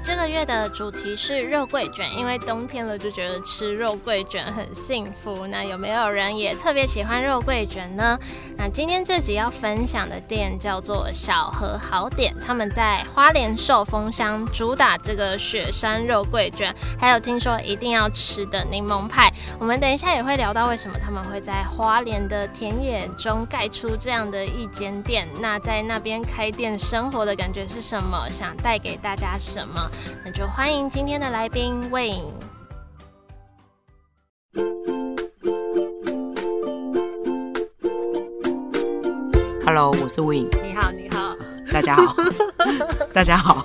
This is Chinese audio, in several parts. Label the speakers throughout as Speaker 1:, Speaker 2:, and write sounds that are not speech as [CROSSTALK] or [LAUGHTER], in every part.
Speaker 1: 这个月的主题是肉桂卷，因为冬天了就觉得吃肉桂卷很幸福。那有没有人也特别喜欢肉桂卷呢？那今天这集要分享的店叫做小和好点，他们在花莲寿丰乡主打这个雪山肉桂卷，还有听说一定要吃的柠檬派。我们等一下也会聊到为什么他们会在花莲的田野中盖出这样的一间店，那在那边开店生活的感觉是什么？想带给大家什么？那就欢迎今天的来宾魏颖。
Speaker 2: Hello，我是 Win，
Speaker 1: 你好，你好，
Speaker 2: 大家 [LAUGHS] 好，大家好。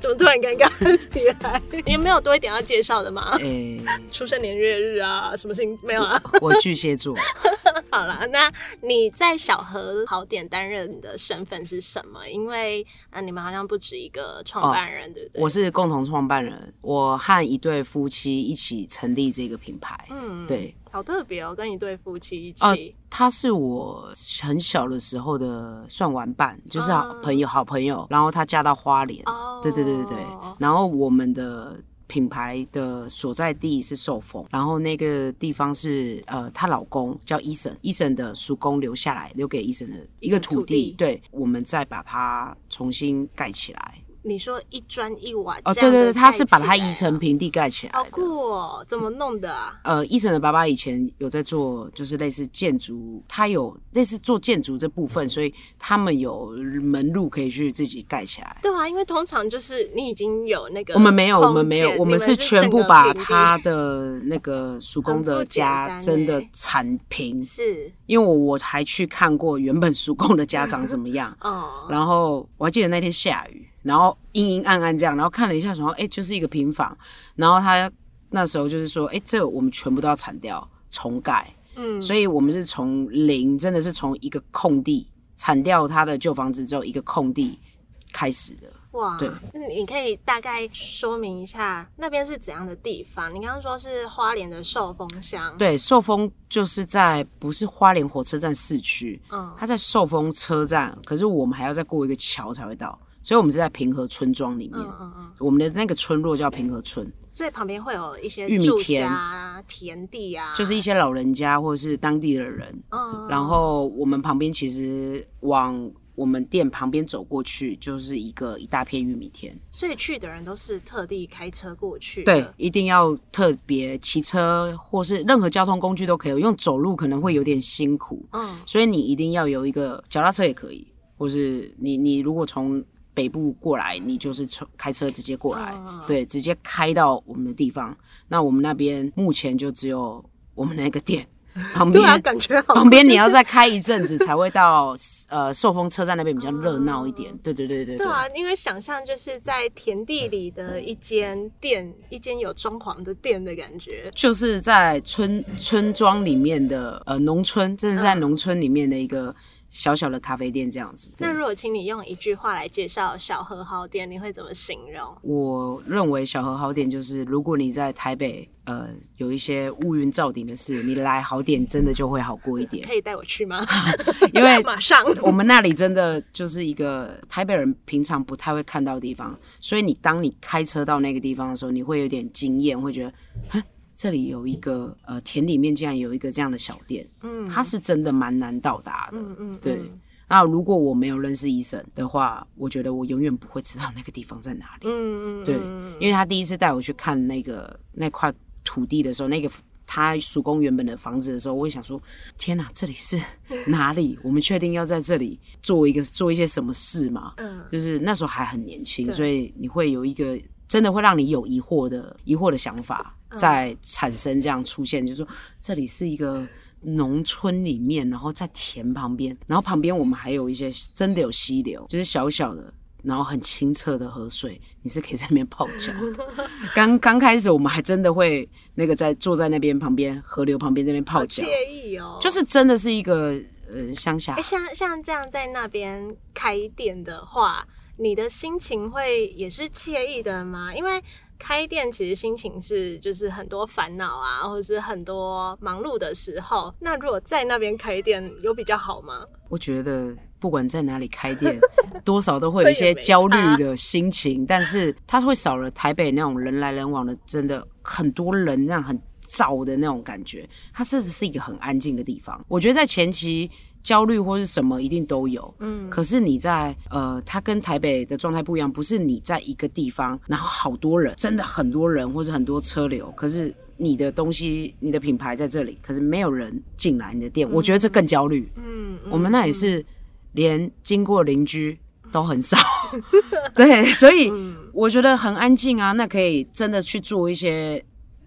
Speaker 1: 怎么突然尴尬起来？你没有多一点要介绍的吗？
Speaker 2: 诶、
Speaker 1: [LAUGHS] 出生年月日啊，什么事情没有啊？
Speaker 2: 我巨蟹座，
Speaker 1: [LAUGHS] 好了，那你在小和好点担任的身份是什么？因为啊、呃你们好像不止一个创办人，对不对？
Speaker 2: 哦我是共同创办人，我和一对夫妻一起成立这个品牌。
Speaker 1: 嗯，
Speaker 2: 对，
Speaker 1: 好特别哦，跟一对夫妻一起。
Speaker 2: 啊他是我很小的时候的算玩伴，就是好
Speaker 1: 啊
Speaker 2: 朋友，好朋友。然后她嫁到花莲，
Speaker 1: 哦
Speaker 2: 对对对对对。然后我们的品牌的所在地是寿丰，然后那个地方是呃，她老公叫医生，医生的叔公留下来留给医生的一个土
Speaker 1: 土地
Speaker 2: 对，我们再把它重新盖起来。
Speaker 1: 你说一砖一瓦
Speaker 2: 哦，
Speaker 1: 这
Speaker 2: 对
Speaker 1: 样
Speaker 2: 对
Speaker 1: 的
Speaker 2: 对，他是
Speaker 1: 盖
Speaker 2: 把
Speaker 1: 起
Speaker 2: 它
Speaker 1: 来
Speaker 2: 移成平地盖起来
Speaker 1: 好
Speaker 2: 的。
Speaker 1: 酷哦，怎么弄的啊？
Speaker 2: 呃，医生的爸爸以前有在做，就是类似建筑，他有类似做建筑这部
Speaker 1: 嗯
Speaker 2: 分，所以他们有门路可以去自己盖起来。
Speaker 1: 对啊，因为通常就是你已经有那个
Speaker 2: 我们没有，
Speaker 1: 空
Speaker 2: 我们没有
Speaker 1: 间，
Speaker 2: 我
Speaker 1: 你
Speaker 2: 们是全
Speaker 1: 整
Speaker 2: 部
Speaker 1: 个
Speaker 2: 把
Speaker 1: 平地
Speaker 2: 他的那个叔公
Speaker 1: 很不
Speaker 2: 的
Speaker 1: 简
Speaker 2: 家
Speaker 1: 单
Speaker 2: 真的
Speaker 1: 欸
Speaker 2: 铲平，
Speaker 1: 是
Speaker 2: 因为我我还去看过原本叔公的家长怎么
Speaker 1: [LAUGHS]
Speaker 2: 样，
Speaker 1: 哦，
Speaker 2: 然后我还记得那天下雨，然后阴阴暗暗这样，然后看了一下，然后哎，就是一个平房，然后他那时候就是说，哎，这我们全部都要铲掉，重盖，
Speaker 1: 嗯，
Speaker 2: 所以我们是从零，真的是从一个空地铲掉他的旧房子之后，一个空地开始的。
Speaker 1: 哇，
Speaker 2: 对
Speaker 1: 那你可以大概说明一下那边是怎样的地方？你刚刚说是花莲的寿丰乡，，
Speaker 2: 对，寿丰就是在不是花莲火车站市区，
Speaker 1: 嗯，
Speaker 2: 它在寿丰车站，可是我们还要再过一个桥才会到，所以我们是在平和村庄里面。
Speaker 1: 嗯嗯嗯，
Speaker 2: 我们的那个村落叫平和村，
Speaker 1: 所以旁边会有一些
Speaker 2: 玉米
Speaker 1: 住家
Speaker 2: 田
Speaker 1: 啊、田地啊，
Speaker 2: 就是一些老人家或者是当地的人，
Speaker 1: 嗯，
Speaker 2: 然后我们旁边其实往我们店旁边走过去，就是一个一大片玉米田。
Speaker 1: 所以去的人都是特地开车过去的，
Speaker 2: 对，一定要特别骑车或是任何交通工具都可以，用走路可能会有点辛苦，
Speaker 1: 嗯，
Speaker 2: 所以你一定要有一个脚踏车也可以，或是你你如果从北部过来，你就是从开车直接过来，
Speaker 1: 嗯
Speaker 2: 对，直接开到我们的地方。那我们那边目前就只有我们那个店旁边。
Speaker 1: 啊感觉好
Speaker 2: [LAUGHS] 旁边你要再开一阵子才会到，呃，寿丰车站那边比较热闹一点。对对对对
Speaker 1: 嗯对啊，因为想象就是在田地里的一间店，一间有装潢的店的感觉。
Speaker 2: 就是在村村庄里面的呃农村，真的
Speaker 1: 嗯
Speaker 2: 是在农村里面的一个小小的咖啡店这样子。对
Speaker 1: 那如果请你用一句话来介绍小和好店，你会怎么形容？
Speaker 2: 我认为小和好点就是，如果你在台北呃有一些乌云罩顶的事，你来好点真的就会好过
Speaker 1: [LAUGHS]
Speaker 2: 一点，
Speaker 1: 可以带我去吗？
Speaker 2: 因为
Speaker 1: 马上
Speaker 2: 我们那里真的就是一个台北人平常不太会看到的地方，所以你当你开车到那个地方的时候，你会有点惊艳，会觉得，哼，这里有一个呃田里面竟然有一个这样的小店，嗯，它是真的蛮难到达的，
Speaker 1: 嗯嗯
Speaker 2: 对。那如果我没有认识医生的话，我觉得我永远不会知道那个地方在哪里。
Speaker 1: 嗯嗯，
Speaker 2: 对，因为他第一次带我去看那个那块土地的时候，那个他叔公原本的房子的时候，我也想说，天哪，这里是哪里？我们确定要在这里做一个做一些什么事吗？
Speaker 1: 嗯，
Speaker 2: 就是那时候还很年轻，
Speaker 1: 对
Speaker 2: 所以你会有一个真的会让你有疑惑的疑惑的想法
Speaker 1: 嗯
Speaker 2: 在产生，这样出现，就是说这里是一个。农村里面，然后在田旁边，然后旁边我们还有一些真的有溪流，就是小小的，然后很清澈的河水，你是可以在那边泡脚的。
Speaker 1: [LAUGHS]
Speaker 2: 刚刚开始我们还真的会那个在坐在那边旁边河流旁边那边泡
Speaker 1: 好
Speaker 2: 脚，
Speaker 1: 惬意哦。
Speaker 2: 就是真的是一个呃乡下
Speaker 1: 哎，像像这样在那边开店的话，你的心情会也是惬意的吗？因为开店其实心情是就是很多烦恼啊，或者是很多忙碌的时候。那如果在那边开店，有比较好吗？
Speaker 2: 我觉得不管在哪里
Speaker 1: [LAUGHS]
Speaker 2: 开店，多少都会
Speaker 1: 这
Speaker 2: 有
Speaker 1: 也
Speaker 2: 一些
Speaker 1: 没
Speaker 2: 焦
Speaker 1: 差
Speaker 2: 虑的心情，但是它会少了台北那种人来人往的，真的很多人那样很燥的那种感觉。它真的是一个很安静的地方。我觉得在前期焦虑或是什么一定都有，
Speaker 1: 嗯，
Speaker 2: 可是你在呃，它跟台北的状态不一样，不是你在一个地方，然后好多人，真的很多人或者很多车流，可是你的东西、你的品牌在这里，可是没有人进来你的店，我觉得这更焦虑。
Speaker 1: 嗯，
Speaker 2: 我们那里是连经过邻居都很少， [LAUGHS] 对，所以我觉得很安静啊。那可以真的去做一些，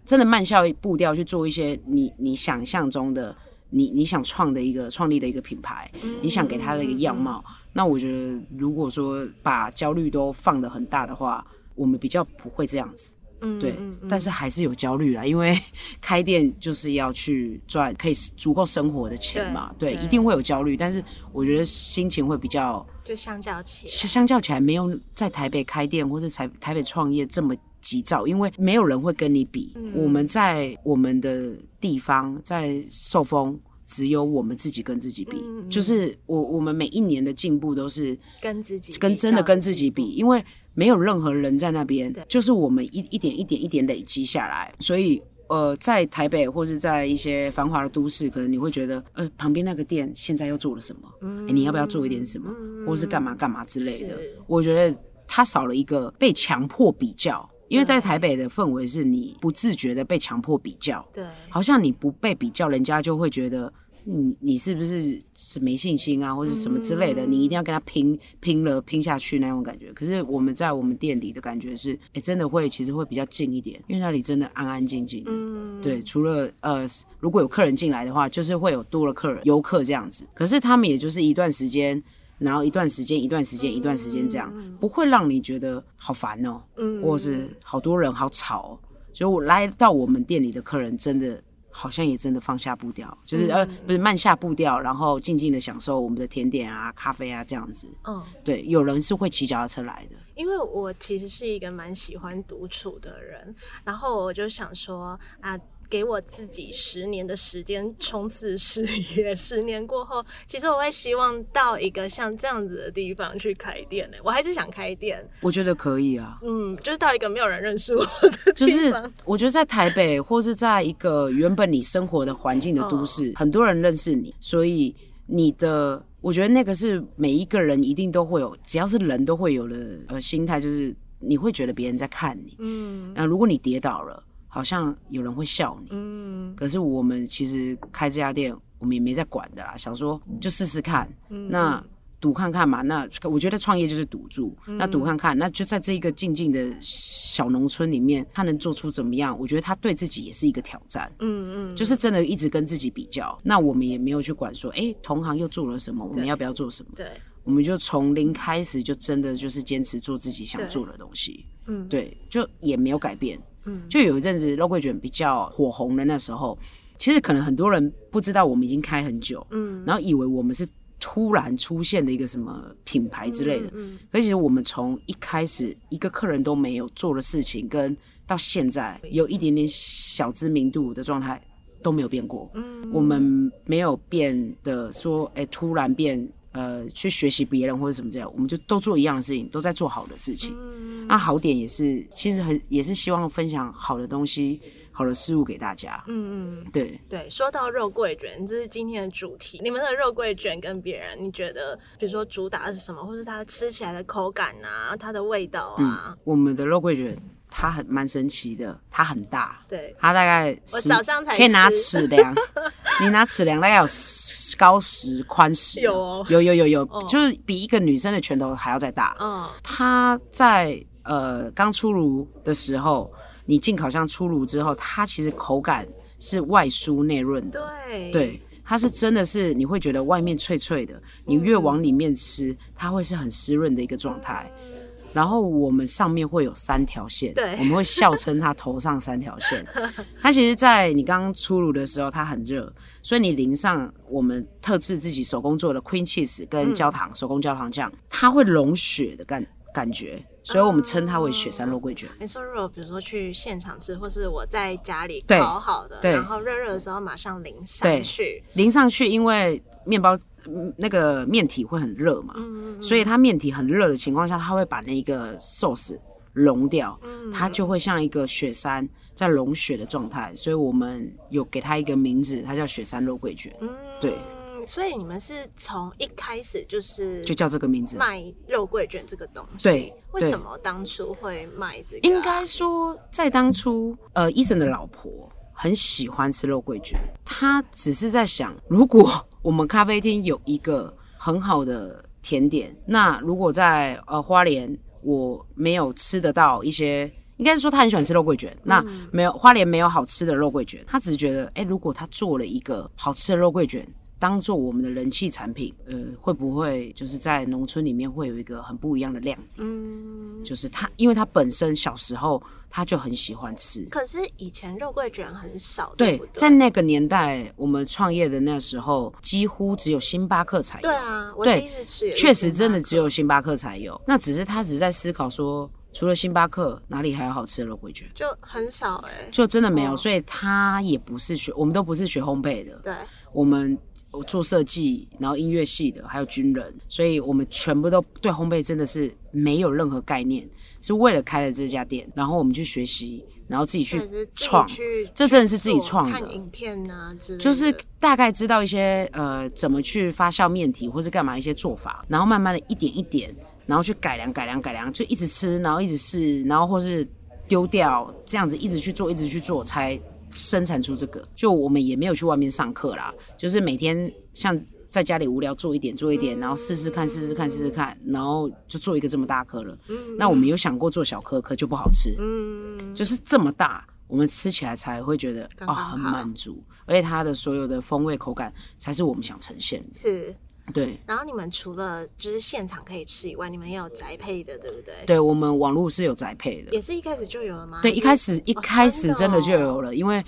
Speaker 2: 真的慢下步调去做一些你你想象中的，你你想创的一个创立的一个品牌，
Speaker 1: 嗯
Speaker 2: 你想给它的一个样貌。那我觉得，如果说把焦虑都放得很大的话，我们比较不会这样子。
Speaker 1: 嗯
Speaker 2: 对
Speaker 1: 嗯，嗯
Speaker 2: 但是还是有焦虑啦，因为开店就是要去赚 [LAUGHS] 可以足够生活的钱嘛，
Speaker 1: 对
Speaker 2: 对，
Speaker 1: 对
Speaker 2: 一定会有焦虑，但是我觉得心情会比较，
Speaker 1: 就相较起来，
Speaker 2: 相相较起来没有在台北开店或者台台北创业这么急躁，因为没有人会跟你比，
Speaker 1: 嗯
Speaker 2: 我们在我们的地方在受风。只有我们自己跟自己比，
Speaker 1: 嗯嗯嗯
Speaker 2: 就是我我们每一年的进步都是
Speaker 1: 跟自己
Speaker 2: 跟
Speaker 1: 比
Speaker 2: 真的
Speaker 1: 较
Speaker 2: 跟自己比，因为没有任何人在那边
Speaker 1: 对，
Speaker 2: 就是我们一一点一点一点累积下来，所以。呃，在台北或是在一些繁华的都市，可能你会觉得，呃，旁边那个店现在又做了什么？
Speaker 1: 嗯
Speaker 2: 诶哎你要不要做一点什么，
Speaker 1: 嗯
Speaker 2: 或是干嘛干嘛之类的
Speaker 1: 是？
Speaker 2: 我觉得它少了一个被强迫比较，因
Speaker 1: 嗯
Speaker 2: 为在台北的氛围是你不自觉的被强迫比较，
Speaker 1: 对，
Speaker 2: 好像你不被比较，人家就会觉得你你是不是是没信心啊，或者什么之类的，
Speaker 1: 嗯
Speaker 2: 你一定要跟他拼拼了拼下去那种感觉。可是我们在我们店里的感觉是，哎、真的会其实会比较静一点，因为那里真的安安静静的。
Speaker 1: 嗯，
Speaker 2: 对，除了呃，如果有客人进来的话，就是会有多了客人、游客这样子。可是他们也就是一段时间，然后一段时间、一段时间、一段时间这样，不会让你觉得好烦哦、
Speaker 1: 嗯，
Speaker 2: 或是好多人好吵、哦，所以我来到我们店里的客人真的好像也真的放下步调，就是、呃不是慢下步调，然后静静的享受我们的甜点啊、咖啡啊这样子。
Speaker 1: 嗯。
Speaker 2: 对，有人是会骑脚踏车来的，
Speaker 1: 因为我其实是一个蛮喜欢独处的人，然后我就想说啊。给我自己十年的时间冲刺事业，十年过后，其实我会希望到一个像这样子的地方去开店欸呢、我还是想开店，
Speaker 2: 我觉得可以啊。
Speaker 1: 嗯，就是到一个没有人认识我的
Speaker 2: 就
Speaker 1: 地
Speaker 2: 是
Speaker 1: 方。
Speaker 2: 我觉得在台北或是在一个原本你生活的环境的都市，很多人认识你，所以你的我觉得那个是每一个人一定都会有，只要是人都会有的呃心态，就是你会觉得别人在看你，
Speaker 1: 嗯
Speaker 2: 那如果你跌倒了，好像有人会笑你。
Speaker 1: 嗯
Speaker 2: 可是我们其实开这家店，我们也没在管的啦，想说就试试看，
Speaker 1: 嗯
Speaker 2: 那赌看看嘛。那我觉得创业就是赌注，
Speaker 1: 嗯
Speaker 2: 那赌看看，那就在这一个静静的小农村里面，他能做出怎么样？我觉得他对自己也是一个挑战。
Speaker 1: 嗯嗯，
Speaker 2: 就是真的一直跟自己比较，那我们也没有去管说，诶，同行又做了什么，我们要不要做什么？
Speaker 1: 对，
Speaker 2: 我们就从零开始，就真的就是坚持做自己想
Speaker 1: 对
Speaker 2: 做的东西。
Speaker 1: 嗯
Speaker 2: 对，就也没有改变。
Speaker 1: 嗯
Speaker 2: 就有一阵子肉桂卷比较火红的那时候，其实可能很多人不知道我们已经开很久，
Speaker 1: 嗯
Speaker 2: 然后以为我们是突然出现的一个什么品牌之类的。
Speaker 1: 嗯
Speaker 2: 可其实我们从一开始一个客人都没有做的事情，跟到现在有一点点小知名度的状态都没有变过。
Speaker 1: 嗯
Speaker 2: 我们没有变的说，哎、突然变呃去学习别人或者什么这样，我们就都做一样的事情，都在做好的事情。
Speaker 1: 嗯
Speaker 2: 那好点也是，其实很也是希望分享好的东西、好的事物给大家。
Speaker 1: 嗯嗯。
Speaker 2: 对，
Speaker 1: 对，说到肉桂卷，这是今天的主题。你们的肉桂卷跟别人，你觉得比如说主打是什么，或是它吃起来的口感啊，它的味道啊？
Speaker 2: 我们的肉桂卷它很蛮神奇的，它很大，
Speaker 1: 对，
Speaker 2: 它大概
Speaker 1: 我
Speaker 2: 10
Speaker 1: 早上才
Speaker 2: 可以拿
Speaker 1: 吃
Speaker 2: 尺
Speaker 1: [LAUGHS]
Speaker 2: 量，你拿尺量大概有10高十宽十，
Speaker 1: 有哦
Speaker 2: 有有有有，
Speaker 1: 哦
Speaker 2: 就是比一个女生的拳头还要再大。
Speaker 1: 嗯
Speaker 2: 它在呃刚出炉的时候，你进烤箱出炉之后，它其实口感是外酥内润的，
Speaker 1: 对
Speaker 2: 对，它是真的是你会觉得外面脆脆的，你越往里面吃，它会是很湿润的一个状态。然后我们上面会有三条线，
Speaker 1: 对
Speaker 2: 我们会笑称它头上三条线。它其实，在你刚刚出炉的时候，它很热，所以你淋上我们特制自己手工做的 cream cheese 跟焦糖、手工焦糖酱，它会融雪的感感觉，所以我们称它为雪山肉桂卷。
Speaker 1: 你说如果比如说去现场吃，或是我在家里
Speaker 2: 对
Speaker 1: 烤好的，
Speaker 2: 对
Speaker 1: 然后热热的时候马上淋上
Speaker 2: 对
Speaker 1: 去，
Speaker 2: 淋上去，因为面包嗯那个面体会很热嘛，
Speaker 1: 嗯，
Speaker 2: 所以它面体很热的情况下，它会把那个 sauce 融掉，它就会像一个雪山在融雪的状态，所以我们有给它一个名字，它叫雪山肉桂卷，
Speaker 1: 嗯，
Speaker 2: 对，
Speaker 1: 所以你们是从一开始就是
Speaker 2: 就叫这个名字。
Speaker 1: 卖肉桂卷这个东西，
Speaker 2: 对
Speaker 1: 为
Speaker 2: 对
Speaker 1: 什么当初会卖这个啊？
Speaker 2: 应该说，在当初，呃，医生的老婆很喜欢吃肉桂卷，她只是在想，如果我们咖啡厅有一个很好的甜点，那如果在呃花莲我没有吃得到一些。应该是说她很喜欢吃肉桂
Speaker 1: 嗯
Speaker 2: 卷，那没有花莲没有好吃的肉桂卷，她只是觉得，哎、如果她做了一个好吃的肉桂卷，当做我们的人气产品，呃，会不会就是在农村里面会有一个很不一样的亮点
Speaker 1: 嗯，
Speaker 2: 就是他，因为他本身小时候他就很喜欢吃。
Speaker 1: 可是以前肉桂卷很少，对
Speaker 2: 对
Speaker 1: 不，对，
Speaker 2: 在那个年代，我们创业的那时候，几乎只有星巴克才有。
Speaker 1: 对啊，我
Speaker 2: 对
Speaker 1: 第一次吃也是
Speaker 2: 确实真
Speaker 1: 星巴
Speaker 2: 的
Speaker 1: 克
Speaker 2: 只有星巴克才有。那只是他只是在思考说，除了星巴克，哪里还有好吃的肉桂卷？
Speaker 1: 就很少哎、
Speaker 2: 就真的没有，
Speaker 1: 哦
Speaker 2: 所以他也不是学，我们都不是学烘焙的，
Speaker 1: 对，
Speaker 2: 我们我做设计，然后音乐系的，还有军人，所以我们全部都对烘焙真的是没有任何概念，是为了开了这家店，然后我们去学习，然后自己去
Speaker 1: 或者是自己
Speaker 2: 创，
Speaker 1: 去
Speaker 2: 这真的是自己
Speaker 1: 做
Speaker 2: 创的
Speaker 1: 看影片啊之类的，
Speaker 2: 就是大概知道一些呃怎么去发酵面体或是干嘛一些做法，然后慢慢的一点一点，然后去改良改良改良，就一直吃，然后一直试，然后或是丢掉，这样子一直去做，一直去做，才生产出这个。就我们也没有去外面上课啦，就是每天像。在家里无聊做一点做一点，然后试试看试试看试试看，然后就做一个这么大颗了。那我们有想过做小颗，可就不好吃。
Speaker 1: 嗯，
Speaker 2: 就是这么大，我们吃起来才会觉得
Speaker 1: 刚刚
Speaker 2: 啊、
Speaker 1: 好
Speaker 2: 很满足，而且它的所有的风味口感才是我们想呈现的。
Speaker 1: 是。
Speaker 2: 对，
Speaker 1: 然后你们除了就是现场可以吃以外，你们也有宅配的，对不对？，
Speaker 2: 对我们网络是有宅配的
Speaker 1: 也，是一开始就有了吗？
Speaker 2: 对，
Speaker 1: 还是
Speaker 2: 一开始一
Speaker 1: 哦
Speaker 2: 开始真的就
Speaker 1: 哦
Speaker 2: 有了，因为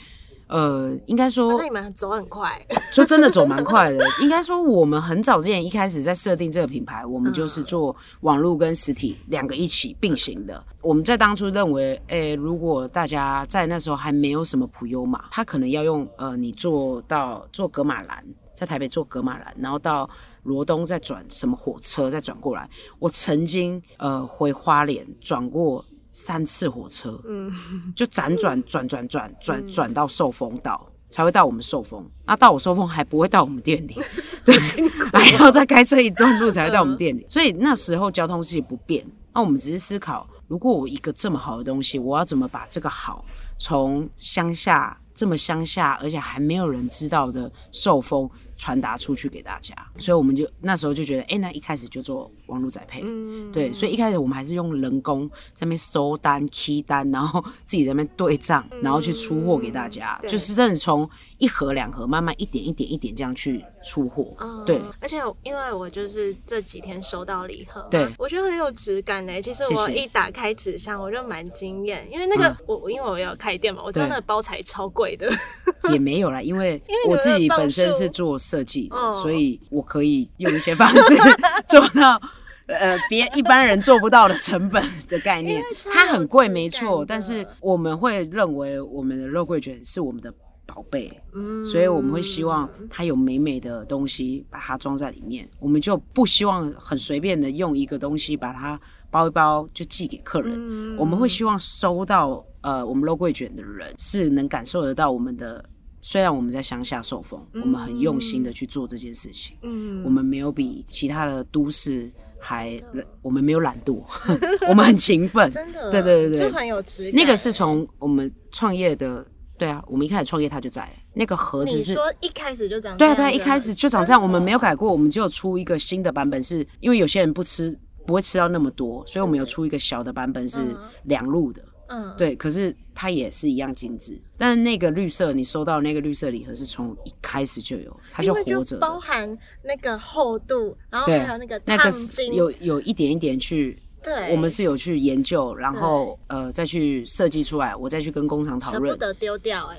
Speaker 2: 呃，应该
Speaker 1: 啊
Speaker 2: 说
Speaker 1: 那你们走很快，
Speaker 2: 就真的走蛮快的。应该说我们很早之前一开始在设定这个品牌，我们就是做网络跟实体两个一起并行的。我们在当初认为，诶、如果大家在那时候还没有什么普优玛，他可能要用呃，你做到做格马兰，在台北做格马兰，然后到。罗东再转什么火车，再转过来。我曾经呃回花莲转过三次火车，就辗转转转转转转到寿丰到，才会到我们寿丰。那到我寿丰还不会到我们店里，对，还要再开这一段路才会到我们店里。所以那时候交通是不便，那我们只是思考，如果我一个这么好的东西，我要怎么把这个好从乡下这么乡下，而且还没有人知道的寿丰传达出去给大家。所以我们就那时候就觉得，哎、那一开始就做网络宅配，
Speaker 1: 嗯，
Speaker 2: 对，所以一开始我们还是用人工在那边收单、key 单，然后 [LAUGHS] 自己在那边对账，然后去出货给大家，
Speaker 1: 嗯对
Speaker 2: 就是真的从一盒两盒慢慢一点一点一点这样去出货。
Speaker 1: 嗯
Speaker 2: 对，
Speaker 1: 而且因为我就是这几天收到礼盒嘛，
Speaker 2: 对
Speaker 1: 我觉得很有质感嘞。其实
Speaker 2: 谢谢
Speaker 1: 我一打开纸箱，我就蛮惊艳，因为那个、
Speaker 2: 嗯
Speaker 1: 我因为我有开店嘛，我知道
Speaker 2: 对
Speaker 1: 那个包材超贵的，
Speaker 2: 也没有啦，因为
Speaker 1: 哦 [LAUGHS] 因为你
Speaker 2: 我
Speaker 1: 们
Speaker 2: 自己
Speaker 1: 的磅
Speaker 2: 本身
Speaker 1: 数
Speaker 2: 是做设计的，
Speaker 1: 嗯
Speaker 2: 所以我可以用一些方式 [LAUGHS] 做到。呃，别一般人做不到的成本的概念
Speaker 1: 因为，超有
Speaker 2: 它很贵
Speaker 1: 质
Speaker 2: 没
Speaker 1: 感
Speaker 2: 错，
Speaker 1: 的
Speaker 2: 但是我们会认为我们的肉桂卷是我们的宝贝，
Speaker 1: 嗯，
Speaker 2: 所以我们会希望它有美美的东西把它装在里面，我们就不希望很随便的用一个东西把它包一包就寄给客人，
Speaker 1: 嗯
Speaker 2: 我们会希望收到呃我们肉桂卷的人是能感受得到我们的，虽然我们在乡下受风，我们很用心的去做这件事情，
Speaker 1: 嗯
Speaker 2: 我们没有比其他的都市还，我们没有懒惰， [LAUGHS] 我们很勤奋，
Speaker 1: 真的
Speaker 2: 对对对对
Speaker 1: 就很有质感。
Speaker 2: 那个是从我们创业的，对啊，我们一开始创业它就在那个盒子
Speaker 1: 你
Speaker 2: 是。
Speaker 1: 说一开始就长这
Speaker 2: 对啊，
Speaker 1: 样
Speaker 2: 对啊，
Speaker 1: 子
Speaker 2: 一开始就长这
Speaker 1: 真
Speaker 2: 样，
Speaker 1: 的哦
Speaker 2: 我们没有改过，我们就有出一个新的版本是，因为有些人不吃，不会吃到那么多，所以我们有出一个小的版本是
Speaker 1: 嗯
Speaker 2: 两路的，
Speaker 1: 嗯，
Speaker 2: 对，可是它也是一样精致，但是那个绿色你收到那个绿色礼盒是从一开始就有，它
Speaker 1: 因
Speaker 2: 就
Speaker 1: 为
Speaker 2: 活着
Speaker 1: 就包
Speaker 2: 的，
Speaker 1: 含那个厚度，然后
Speaker 2: 对
Speaker 1: 还有那个
Speaker 2: 那个
Speaker 1: 烫
Speaker 2: 是
Speaker 1: 金，
Speaker 2: 有有一点一点去
Speaker 1: 对，
Speaker 2: 我们是有去研究，然后呃再去设计出来，我再去跟工厂讨
Speaker 1: 舍不
Speaker 2: 论。
Speaker 1: 得丢掉哎、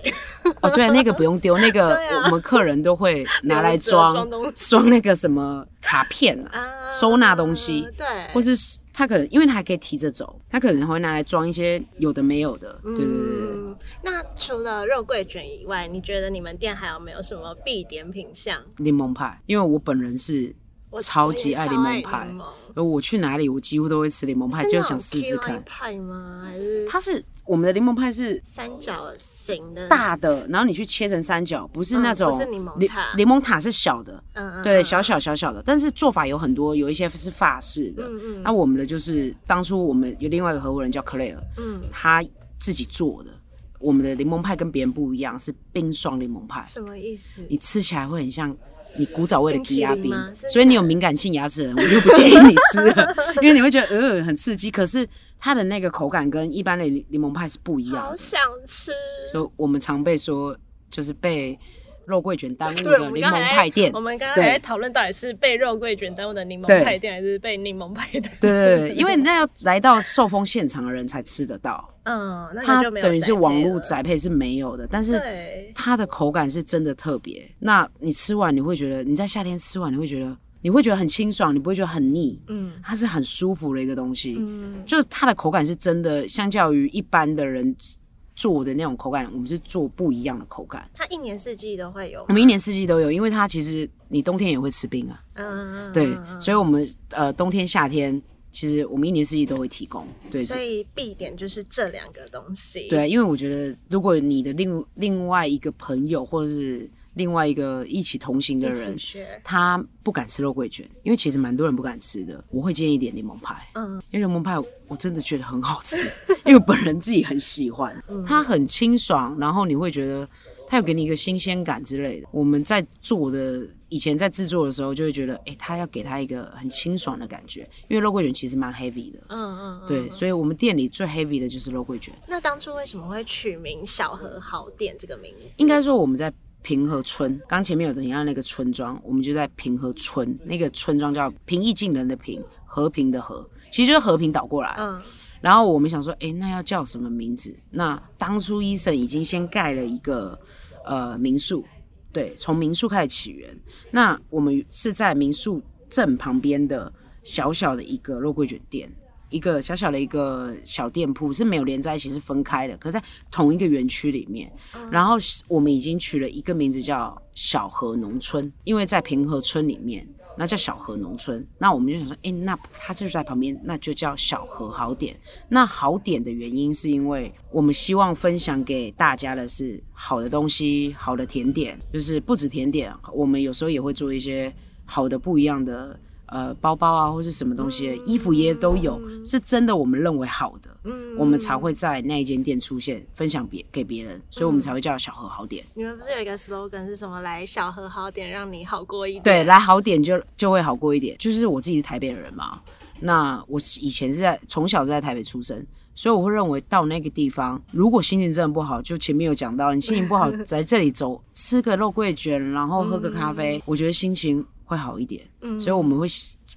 Speaker 2: 哦，对，那个不用丢，那个
Speaker 1: 对啊
Speaker 2: 我们客人都会拿来装
Speaker 1: 装东西
Speaker 2: 装那个什么卡片啊，
Speaker 1: 啊
Speaker 2: 收纳东西
Speaker 1: 对，
Speaker 2: 或是他可能因为他还可以提着走，他可能会拿来装一些有的没有的。对对对对。
Speaker 1: 嗯，那除了肉桂卷以外，你觉得你们店还有没有什么必点品项？
Speaker 2: 柠檬派，因为我本人是
Speaker 1: 我
Speaker 2: 超级爱
Speaker 1: 我也
Speaker 2: 柠
Speaker 1: 超
Speaker 2: 檬派
Speaker 1: 柠，檬
Speaker 2: 而我去哪里我几乎都会吃柠檬派，
Speaker 1: 是
Speaker 2: 就
Speaker 1: 那
Speaker 2: 想
Speaker 1: 种
Speaker 2: 试
Speaker 1: key
Speaker 2: 试
Speaker 1: lime
Speaker 2: 看。
Speaker 1: 派吗？还是
Speaker 2: 它是我们的柠檬派是
Speaker 1: 三角形的？
Speaker 2: 大的，然后你去切成三角，不是那
Speaker 1: 嗯
Speaker 2: 种
Speaker 1: 不是柠檬
Speaker 2: 柠
Speaker 1: 塔
Speaker 2: 柠檬塔是小的，
Speaker 1: 嗯嗯，
Speaker 2: 对，
Speaker 1: 嗯
Speaker 2: 小小小小的，但是做法有很多，有一些是法式的。
Speaker 1: 嗯
Speaker 2: 那我们的就是当初我们有另外一个合伙人叫克雷尔，
Speaker 1: 嗯，
Speaker 2: 他自己做的。我们的柠檬派跟别人不一样，是冰霜柠檬派，
Speaker 1: 什么意思？
Speaker 2: 你吃起来会很像你古早味的鸡鸭
Speaker 1: 冰淇
Speaker 2: 冰
Speaker 1: 淋吗真的，
Speaker 2: 所以你有
Speaker 1: 假的
Speaker 2: 敏感性牙齿的人，我就不建议你吃
Speaker 1: [LAUGHS]
Speaker 2: 了，因为你会觉得呃很刺激，可是它的那个口感跟一般的柠檬派是不一样
Speaker 1: 好
Speaker 2: 的。
Speaker 1: 想吃，
Speaker 2: 就我们常被说，就是被肉桂卷耽误
Speaker 1: 对，我
Speaker 2: 的
Speaker 1: 们
Speaker 2: 柠
Speaker 1: 刚
Speaker 2: 檬
Speaker 1: 才在
Speaker 2: 派店
Speaker 1: 我，们刚才
Speaker 2: 对
Speaker 1: 在讨论到底是被肉桂卷耽误的柠檬
Speaker 2: 对
Speaker 1: 派店，还是被柠檬派 [LAUGHS] 店？
Speaker 2: 对对对，因为那要来到受封现场的人才吃得到，
Speaker 1: 嗯， [LAUGHS] 那
Speaker 2: 它
Speaker 1: 个就没有
Speaker 2: 等于
Speaker 1: 宅
Speaker 2: 是网
Speaker 1: 配
Speaker 2: 络
Speaker 1: 了
Speaker 2: 宅配是没有的，但是
Speaker 1: 对，
Speaker 2: 它的口感是真的特别。那你吃完你会觉得，你在夏天吃完你会觉得，你会觉得很清爽，你不会觉得很腻，
Speaker 1: 嗯
Speaker 2: 它是很舒服的一个东西。
Speaker 1: 嗯，
Speaker 2: 就是它的口感是真的，相较于一般的人做的那种口感，我们是做不一样的口感。
Speaker 1: 它一年四季都会有吗，
Speaker 2: 我们一年四季都有，因为它其实你冬天也会吃冰啊，
Speaker 1: 嗯，嗯，
Speaker 2: 对，
Speaker 1: 嗯
Speaker 2: 所以我们呃冬天夏天其实我们一年四季都会提供，对，
Speaker 1: 所以必点就是这两个东西。，
Speaker 2: 对，因为我觉得，如果你的另另外一个朋友或者是另外一个一起同行的
Speaker 1: 一
Speaker 2: 人
Speaker 1: 起，学，
Speaker 2: 他不敢吃肉桂卷，因为其实蛮多人不敢吃的，我会建议点柠檬派。
Speaker 1: 嗯，
Speaker 2: 因为柠檬派我真的觉得很好吃， [LAUGHS] 因为我本人自己很喜欢，
Speaker 1: 嗯
Speaker 2: 它很清爽，然后你会觉得它有给你一个新鲜感之类的。我们在做的以前在制作的时候，就会觉得，诶，它要给它一个很清爽的感觉，因为肉桂卷其实蛮 heavy 的，
Speaker 1: 嗯嗯，嗯
Speaker 2: 对，。所以我们店里最 heavy 的就是肉桂卷。
Speaker 1: 那当初为什么会取名“小和好店”这个名字？
Speaker 2: 应该说我们在平和村，刚前面有提到那个村庄，我们就在平和村，那个村庄叫平易近人的平，和平的和，其实就是和平岛过来。
Speaker 1: 嗯
Speaker 2: 然后我们想说，诶，那要叫什么名字？那当初医生已经先盖了一个呃民宿，对，从民宿开始起源。那我们是在民宿镇旁边的小小的一个肉桂卷店。一个小小的一个小店铺是没有连在一起，是分开的，可在同一个园区里面。然后我们已经取了一个名字叫小河农村，因为在平和村里面，那叫小河农村。那我们就想说，诶，那它就在旁边，那就叫小河好点。那好点的原因是因为我们希望分享给大家的是好的东西，好的甜点，就是不止甜点，我们有时候也会做一些好的不一样的。呃，包包啊，或是什么东西，衣服也都有，是真的我们认为好的，
Speaker 1: 嗯，
Speaker 2: 我们才会在那一间店出现，分享别给别人，所以我
Speaker 1: 嗯
Speaker 2: 们才会叫小和好点。
Speaker 1: 你们不是有一个 slogan 是什么？来小和好点，让你好过一点。
Speaker 2: 对，来好点就就会好过一点。就是我自己是台北人嘛，那我以前是在从小是在台北出生，所以我会认为到那个地方，如果心情真的不好，就前面有讲到，你心情
Speaker 1: [LAUGHS]
Speaker 2: 不好在这里走，吃个肉桂卷，然后喝个咖啡，我觉得心情会好一点。
Speaker 1: 嗯
Speaker 2: 所以我们会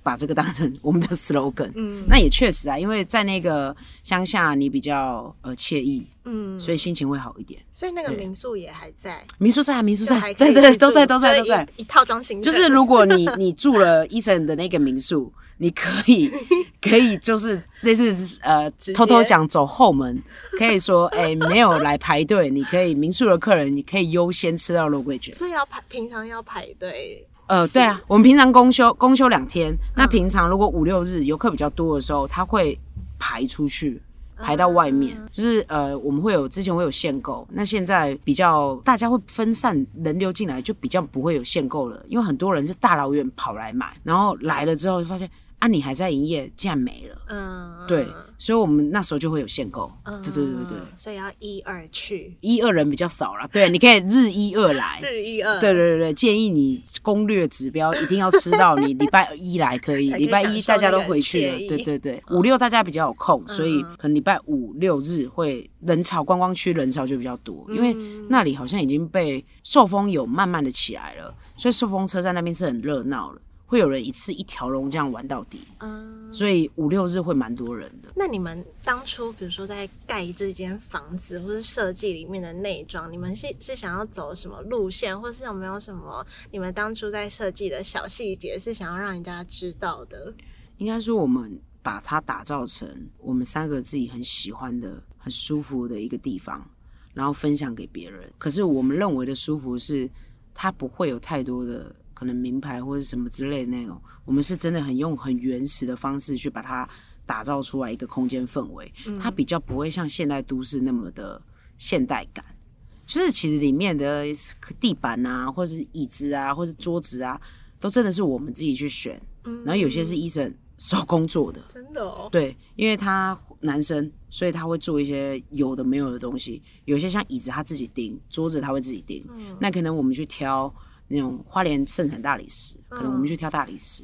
Speaker 2: 把这个当成我们的 slogan。
Speaker 1: 嗯
Speaker 2: 那也确实啊，因为在那个乡下，你比较呃惬意，
Speaker 1: 嗯，
Speaker 2: 所以心情会好一点。
Speaker 1: 所以那个
Speaker 2: 对
Speaker 1: 民宿也还在，
Speaker 2: 民宿在，民宿
Speaker 1: 就
Speaker 2: 在
Speaker 1: 还，可
Speaker 2: 在
Speaker 1: 以
Speaker 2: 在
Speaker 1: 去
Speaker 2: 都在
Speaker 1: 住
Speaker 2: 都在都
Speaker 1: 就
Speaker 2: 在
Speaker 1: 是。一一套装行程，
Speaker 2: 就是如果你 [LAUGHS] 你住了医生的那个民宿，你可以 [LAUGHS] 可以就是类似呃
Speaker 1: 直接
Speaker 2: 偷偷讲走后 [LAUGHS] 门，可以说哎、没有来排队，你可以民宿的客人你可以优先吃到肉桂卷。
Speaker 1: 所以要排平常要排队。
Speaker 2: 呃，对啊，我们平常公休公休两天，那平常如果五六日游客比较多的时候，他会排出去。
Speaker 1: 嗯
Speaker 2: 排到外面，就是呃，我们会有之前会有限购，那现在比较大家会分散人流进来，就比较不会有限购了，因为很多人是大老远跑来买，然后来了之后就发现啊，你还在营业，竟然没了，
Speaker 1: 嗯，
Speaker 2: 对
Speaker 1: 嗯，
Speaker 2: 所以我们那时候就会有限购，
Speaker 1: 嗯
Speaker 2: 对对对对，
Speaker 1: 所以要一二去，
Speaker 2: 一二人比较少了，对，你可以日一二来，
Speaker 1: 日一二，
Speaker 2: 对对对对，建议你攻略指标一定要吃到
Speaker 1: [LAUGHS]
Speaker 2: 你礼拜一来可以，
Speaker 1: 才可以
Speaker 2: 礼拜一大家都回去
Speaker 1: 享
Speaker 2: 了
Speaker 1: 受那，个
Speaker 2: 对
Speaker 1: 惬意嗯
Speaker 2: 对对，五六大家比较有空，所以可能礼拜五六日会人潮，观光区人潮就比较多，因为
Speaker 1: 嗯
Speaker 2: 那里好像已经被寿丰有慢慢的起来了，所以寿丰车站那边是很热闹了。会有人一次一条龙这样玩到底，
Speaker 1: 嗯，
Speaker 2: 所以五六日会蛮多人的。
Speaker 1: 那你们当初比如说在盖这间房子或是设计里面的内装，你们是是想要走什么路线，或是有没有什么你们当初在设计的小细节是想要让人家知道的？
Speaker 2: 应该说我们把它打造成我们三个自己很喜欢的、很舒服的一个地方，然后分享给别人。可是我们认为的舒服是，它不会有太多的可能名牌或者什么之类的那种。我们是真的很用很原始的方式去把它打造出来一个空间氛围，它比较不会像现代都市那么的现代感。就是其实里面的地板啊，或者是椅子啊，或者是桌子啊，都真的是我们自己去选，
Speaker 1: 嗯，
Speaker 2: 然后有些是医生手工做的，
Speaker 1: 真的哦，
Speaker 2: 对，因为他男生，所以他会做一些有的没有的东西，有些像椅子他自己钉，桌子他会自己钉，
Speaker 1: 嗯
Speaker 2: 那可能我们去挑那种花莲盛产大理石，可能我
Speaker 1: 嗯
Speaker 2: 们去挑大理石。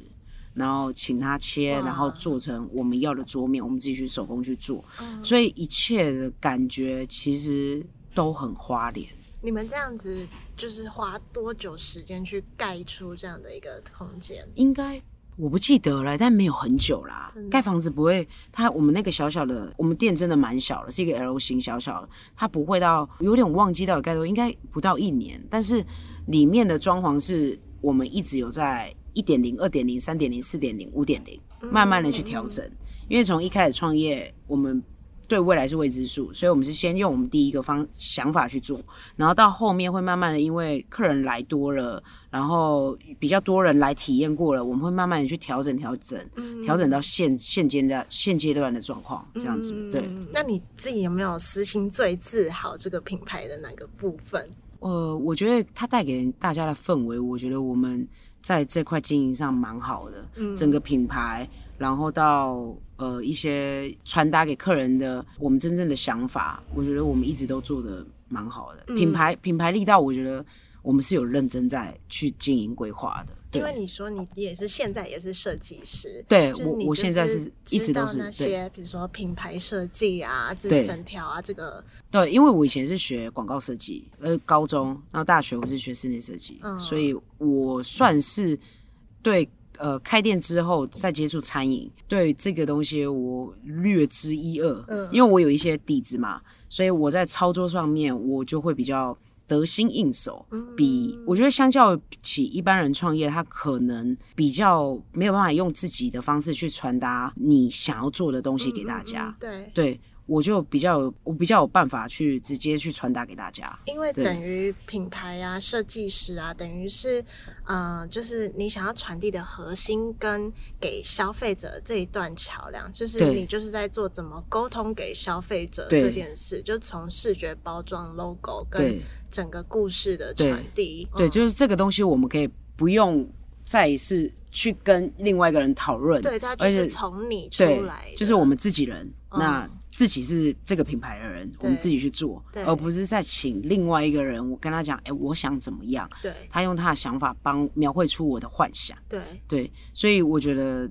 Speaker 2: 然后请他切，
Speaker 1: 哇
Speaker 2: 然后做成我们要的桌面，我们自己去手工去做，
Speaker 1: 嗯
Speaker 2: 所以一切的感觉其实都很花莲。
Speaker 1: 你们这样子就是花多久时间去盖出这样的一个空间？
Speaker 2: 应该我不记得了，但没有很久啦
Speaker 1: 真的。
Speaker 2: 盖房子不会，它我们那个小小的，我们店真的蛮小的，是一个 L 型小小的，它不会到有点忘记到底盖多，应该不到一年。但是里面的装潢是我们一直有在一点零、二点零、三点零、四点零、五点零，嗯慢慢的去调整。因为从一开始创业，我们对未来是未知数，所以我们是先用我们第一个方想法去做，然后到后面会慢慢的，因为客人来多了，然后比较多人来体验过了，我们会慢慢的去调整调整，调整到现现阶段现阶段的状况这样子。
Speaker 1: 嗯
Speaker 2: 对，
Speaker 1: 那你自己有没有私心最自豪这个品牌的哪个部分？
Speaker 2: 呃，我觉得它带给大家的氛围，我觉得我们在这块经营上蛮好的，
Speaker 1: 嗯
Speaker 2: 整个品牌，然后到呃一些传达给客人的我们真正的想法，我觉得我们一直都做的蛮好
Speaker 1: 嗯
Speaker 2: 的。品牌品牌力道，我觉得我们是有认真在去经营规划的。
Speaker 1: 因为
Speaker 2: 对，
Speaker 1: 你说你也是现在也是设计师，
Speaker 2: 对
Speaker 1: 就是
Speaker 2: 我
Speaker 1: 你
Speaker 2: 我
Speaker 1: 就
Speaker 2: 现在
Speaker 1: 是
Speaker 2: 是一直都
Speaker 1: 知
Speaker 2: 是
Speaker 1: 道那
Speaker 2: 对
Speaker 1: 些，比如说品牌设计啊，就是
Speaker 2: 对
Speaker 1: 整条啊，这个
Speaker 2: 对，因为我以前是学广告设计，呃，高中，然后大学我是学室内设计，
Speaker 1: 嗯
Speaker 2: 所以我算是对呃开店之后再接触餐饮，对这个东西我略知一二，
Speaker 1: 嗯
Speaker 2: 因为我有一些底子嘛，所以我在操作上面我就会比较得心应手，
Speaker 1: 嗯
Speaker 2: 比我觉得相较起一般人创业，他可能比较没有办法用自己的方式去传达你想要做的东西给大家，
Speaker 1: 嗯对，
Speaker 2: 对我就比较有我比较有办法去直接去传达给大家。
Speaker 1: 因为
Speaker 2: 对
Speaker 1: 等于品牌啊、设计师啊，等于是呃，就是你想要传递的核心跟给消费者这一段桥梁，就是
Speaker 2: 对
Speaker 1: 你就是在做怎么沟通给消费者
Speaker 2: 对
Speaker 1: 这件事，就从视觉包装、logo 跟
Speaker 2: 对
Speaker 1: 整个故事的
Speaker 2: 对
Speaker 1: 传递。
Speaker 2: 对，
Speaker 1: 嗯
Speaker 2: 就是这个东西我们可以不用再是去跟另外一个人讨论，
Speaker 1: 对，它就
Speaker 2: 而且
Speaker 1: 是从你出
Speaker 2: 对
Speaker 1: 来的，，
Speaker 2: 就是我们自己人，
Speaker 1: 嗯
Speaker 2: 那自己是这个品牌的人，我们自己去做
Speaker 1: 对，
Speaker 2: 而不是再请另外一个人，我跟他讲，哎、我想怎么样，
Speaker 1: 对
Speaker 2: 他用他的想法帮描绘出我的幻想。
Speaker 1: 对，
Speaker 2: 对，所以我觉得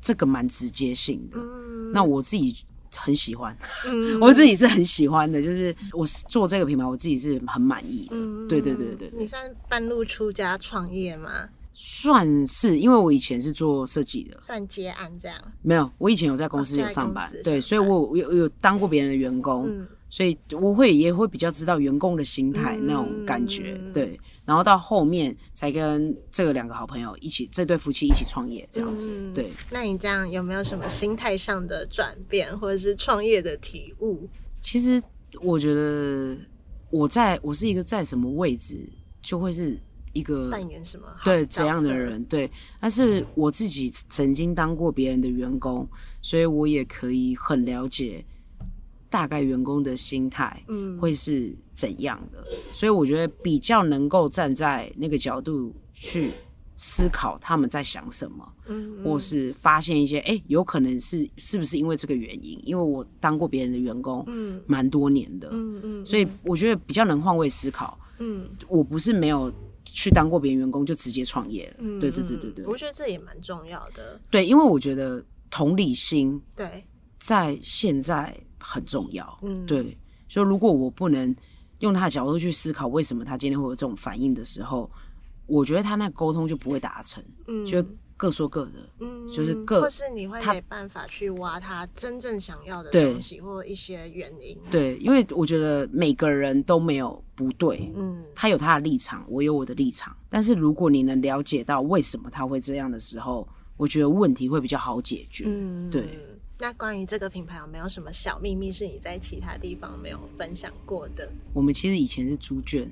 Speaker 2: 这个蛮直接性的。
Speaker 1: 嗯，
Speaker 2: 那我自己很喜欢，
Speaker 1: 嗯
Speaker 2: 我自己是很喜欢的，就是我是做这个品牌，我自己是很满意的。
Speaker 1: 嗯
Speaker 2: 对对对对对
Speaker 1: 你算半路出家创业吗？
Speaker 2: 算是，因为我以前是做设计的，
Speaker 1: 算接案这样？
Speaker 2: 没有，我以前有在公司
Speaker 1: 哦
Speaker 2: 有
Speaker 1: 在
Speaker 2: 上
Speaker 1: 公
Speaker 2: 班
Speaker 1: 司，上
Speaker 2: 对，所以
Speaker 1: 班
Speaker 2: 我我有我有当过别人的员工，
Speaker 1: 嗯
Speaker 2: 所以我会也会比较知道员工的心态那种感觉，
Speaker 1: 嗯
Speaker 2: 对。然后到后面才跟这个两个好朋友一起，这对夫妻一起创业这样子，
Speaker 1: 嗯
Speaker 2: 对。
Speaker 1: 那你这样有没有什么心态上的转变，或者是创业的体悟？
Speaker 2: 其实我觉得我在我是一个在什么位置，就会是一个
Speaker 1: 扮演什么好
Speaker 2: 嗯对
Speaker 1: 角
Speaker 2: 怎样的
Speaker 1: 色？
Speaker 2: 人，对。但是我自己曾经当过别人的员工，所以我也可以很了解大概员工的心态
Speaker 1: 嗯，
Speaker 2: 会是怎样的，所以我觉得比较能够站在那个角度去思考他们在想什么。
Speaker 1: 嗯，
Speaker 2: 或是发现一些，哎、有可能是是不是因为这个原因？因为我当过别人的员工，
Speaker 1: 嗯
Speaker 2: 蛮多年的，
Speaker 1: 嗯嗯，
Speaker 2: 所以我觉得比较能换位思考。
Speaker 1: 嗯
Speaker 2: 我不是没有去当过别人员工就直接创业了，
Speaker 1: 嗯，
Speaker 2: 对对对对
Speaker 1: 嗯我
Speaker 2: 对
Speaker 1: 觉得这也蛮重要的。
Speaker 2: 对，因为我觉得同理心
Speaker 1: 对，
Speaker 2: 在现在很重要，
Speaker 1: 嗯，
Speaker 2: 对，所以如果我不能用他的角度去思考为什么他今天会有这种反应的时候，我觉得他那沟通就不会达成，
Speaker 1: 嗯，
Speaker 2: 就各说各的，
Speaker 1: 嗯
Speaker 2: 就是各
Speaker 3: 或是你会
Speaker 2: 他
Speaker 3: 没办法去挖他真正想要的
Speaker 2: 对
Speaker 3: 东西或一些原因。
Speaker 2: 对，因为我觉得每个人都没有不对，
Speaker 3: 嗯，
Speaker 2: 他有他的立场，我有我的立场。但是如果你能了解到为什么他会这样的时候，我觉得问题会比较好解决。
Speaker 3: 嗯
Speaker 2: 对。
Speaker 3: 那关于这个品牌有没有什么小秘密是你在其他地方没有分享过的？
Speaker 2: 我们其实以前是猪
Speaker 3: [LAUGHS]
Speaker 2: 圈，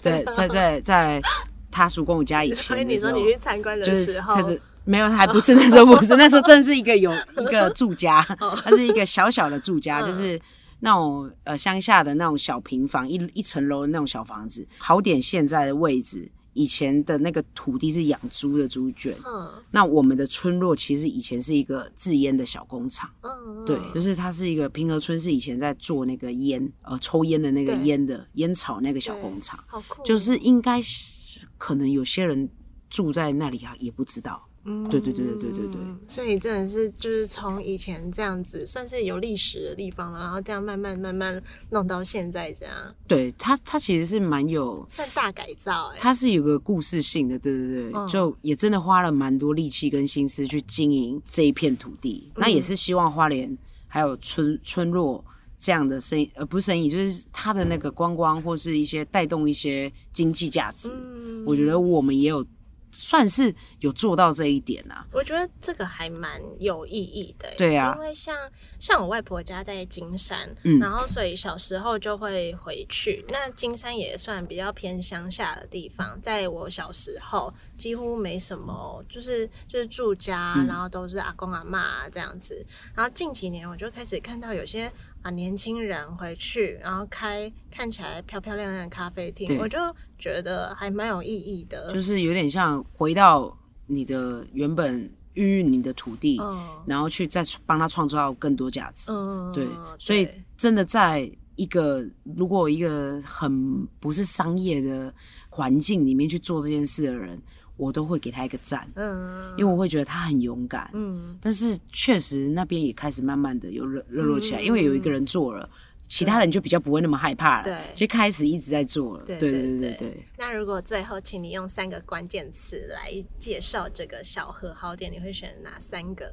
Speaker 2: 在在在在他叔公我家以
Speaker 3: [LAUGHS] 所以
Speaker 2: 前
Speaker 3: 你
Speaker 2: 的时
Speaker 3: 说
Speaker 2: 候
Speaker 3: 你，去参观
Speaker 2: 就
Speaker 3: 的
Speaker 2: 是
Speaker 3: 时候
Speaker 2: 他，的没有，还不是 [LAUGHS] 那时候不是那时候，真的是一个有一个住家，
Speaker 3: 哦
Speaker 2: [LAUGHS] 它是一个小小的住
Speaker 3: 嗯
Speaker 2: 家，就是。那种呃乡下的那种小平房，一一层楼的那种小房子，好点现在的位置，以前的那个土地是养猪的猪圈，
Speaker 3: 嗯
Speaker 2: 那我们的村落其实以前是一个制烟的小工厂，
Speaker 3: 嗯，
Speaker 2: 对，
Speaker 3: 嗯
Speaker 2: 就是它是一个平和村，是以前在做那个烟，呃，抽烟的那个
Speaker 3: 对
Speaker 2: 烟的烟草那个小工厂，
Speaker 3: 好酷，
Speaker 2: 就是应该是可能有些人住在那里啊，也不知道。
Speaker 3: 嗯
Speaker 2: 对对对对对对对。
Speaker 3: 所以真的是就是从以前这样子，算是有历史的地方了，然后这样慢慢慢慢弄到现在这样，
Speaker 2: 对它，它其实是蛮有，
Speaker 3: 算大改造哎、
Speaker 2: 它是有个故事性的，对对对，
Speaker 3: 嗯
Speaker 2: 就也真的花了蛮多力气跟心思去经营这一片土地，那也是
Speaker 3: 嗯
Speaker 2: 希望花莲还有村村落这样的生意，呃，不是生意，就是它的那个观光或是一些带动一些经济价值，
Speaker 3: 嗯
Speaker 2: 我觉得我们也有算是有做到这一点啊，
Speaker 3: 我觉得这个还蛮有意义的、欸，
Speaker 2: 对啊
Speaker 3: 因为像像我外婆家在金山，
Speaker 2: 嗯
Speaker 3: 然后所以小时候就会回去。那金山也算比较偏乡下的地
Speaker 2: 嗯
Speaker 3: 方，在我小时候几乎没什么，就是就是住家，
Speaker 2: 嗯
Speaker 3: 然后都是阿公阿妈这样子。然后近几年我就开始看到有些啊年轻人回去，然后开看起来漂漂亮亮的咖啡厅，
Speaker 2: 对
Speaker 3: 我就觉得还蛮有意义的，
Speaker 2: 就是有点像回到你的原本孕育你的土地，
Speaker 3: 嗯
Speaker 2: 然后去再帮它创造更多价值，
Speaker 3: 嗯，
Speaker 2: 对，所以
Speaker 3: 对
Speaker 2: 真的在一个如果一个很不是商业的环境里面去做这件事的人，我都会给他一个赞，
Speaker 3: 嗯，
Speaker 2: 因为我会觉得他很勇敢。
Speaker 3: 嗯
Speaker 2: 但是确实那边也开始慢慢的有热热络起来，
Speaker 3: 嗯
Speaker 2: 因为有一个人做了，其他人就比较不会那么害怕了。
Speaker 3: 对
Speaker 2: 就开始一直在做了。
Speaker 3: 对
Speaker 2: 对
Speaker 3: 对
Speaker 2: 对
Speaker 3: 对
Speaker 2: 对，，
Speaker 3: 那如果最后请你用三个关键词来介绍这个小和好点，你会选哪三个？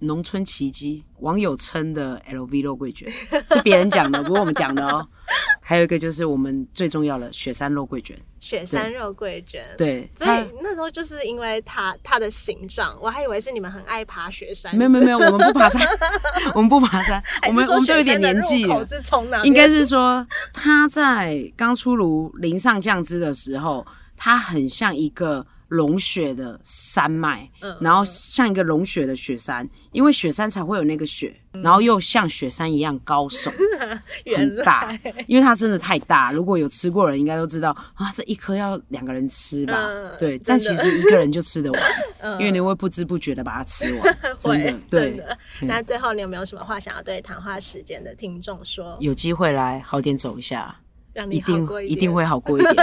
Speaker 2: 农村奇迹，网友称的 LV 肉桂卷 [LAUGHS] 是别人讲的，不是我们讲的
Speaker 3: [LAUGHS]
Speaker 2: 哦。还有一个就是我们最重要的雪山肉桂卷，
Speaker 3: 雪山肉桂卷。。
Speaker 2: 对，
Speaker 3: 所
Speaker 2: 它
Speaker 3: 以那时候就是因为它它的形状，我还以为是你们很爱爬雪山。
Speaker 2: 没有没有没有，我们不爬
Speaker 3: [LAUGHS]
Speaker 2: 山，我们不爬山，
Speaker 3: 还是
Speaker 2: 我们
Speaker 3: 说
Speaker 2: 我们都有
Speaker 3: 雪
Speaker 2: 点
Speaker 3: 山的
Speaker 2: 年
Speaker 3: 入
Speaker 2: 纪
Speaker 3: 口
Speaker 2: 了。
Speaker 3: 是从哪边？
Speaker 2: 应该是说它在刚出炉淋上酱汁的时候，它很像一个融雪的山脉，
Speaker 3: 嗯
Speaker 2: 然后像一个融雪的雪山，因为雪山才会有那个雪，
Speaker 3: 嗯
Speaker 2: 然后又像雪山一样高
Speaker 3: [LAUGHS]
Speaker 2: 耸
Speaker 3: 原
Speaker 2: 很
Speaker 3: 来
Speaker 2: 大，因为它真的太大。如果有吃过的人，应该都知道啊，这一颗要两个人吃吧？
Speaker 3: 嗯
Speaker 2: 对，
Speaker 3: 真
Speaker 2: 但
Speaker 3: 的
Speaker 2: 其实一个人就吃得完，
Speaker 3: [LAUGHS] 嗯
Speaker 2: 因为你会不知不觉的把它吃完，真的
Speaker 3: [LAUGHS] 会
Speaker 2: 对。
Speaker 3: 的。
Speaker 2: 嗯
Speaker 3: 那最后你有没有什么话想要对谈话时间的听众说？
Speaker 2: 有机会来好点走一下，
Speaker 3: 让
Speaker 2: 一
Speaker 3: 你好
Speaker 2: 定
Speaker 3: 过
Speaker 2: 一
Speaker 3: 点
Speaker 2: 定。会好过一点，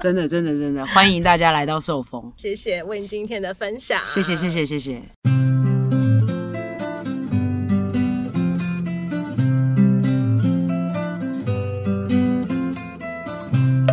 Speaker 2: 真的真的真的，欢迎大家来到寿丰，
Speaker 3: 谢谢为你今天的分享，
Speaker 2: 谢谢谢谢谢谢。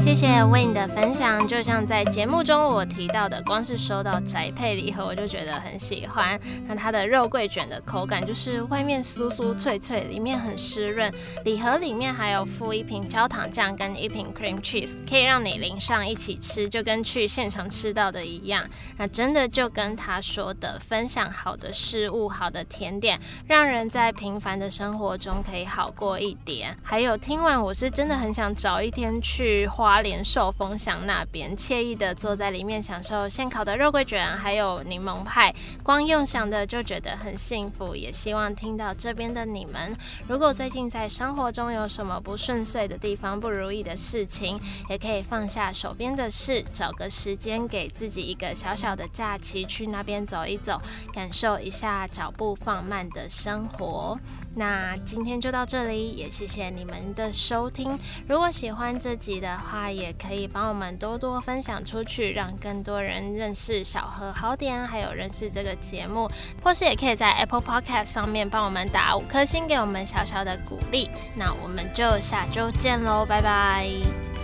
Speaker 1: 谢谢 Win 的分享，就像在节目中我提到的，光是收到宅配礼盒，我就觉得很喜欢。那它的肉桂卷的口感就是外面酥酥脆脆，里面很湿润。礼盒里面还有附一瓶焦糖酱跟一瓶 cream cheese，可以让你淋上一起吃，就跟去现场吃到的一样。那真的就跟他说的，分享好的事物、好的甜点，让人在平凡的生活中可以好过一点。还有，听完我是真的很想找一天去花莲寿丰乡那边，惬意的坐在里面享受现烤的肉桂卷，还有柠檬派，光用想的就觉得很幸福。也希望听到这边的你们，如果最近在生活中有什么不顺遂的地方、不如意的事情，也可以放下手边的事，找个时间给自己一个小小的假期，去那边走一走，感受一下脚步放慢的生活。那今天就到这里，也谢谢你们的收听。如果喜欢这集的话，也可以帮我们多多分享出去，让更多人认识小何好点，还有认识这个节目，或是也可以在 Apple Podcast 上面帮我们打五颗星，给我们小小的鼓励。那我们就下周见喽，拜拜。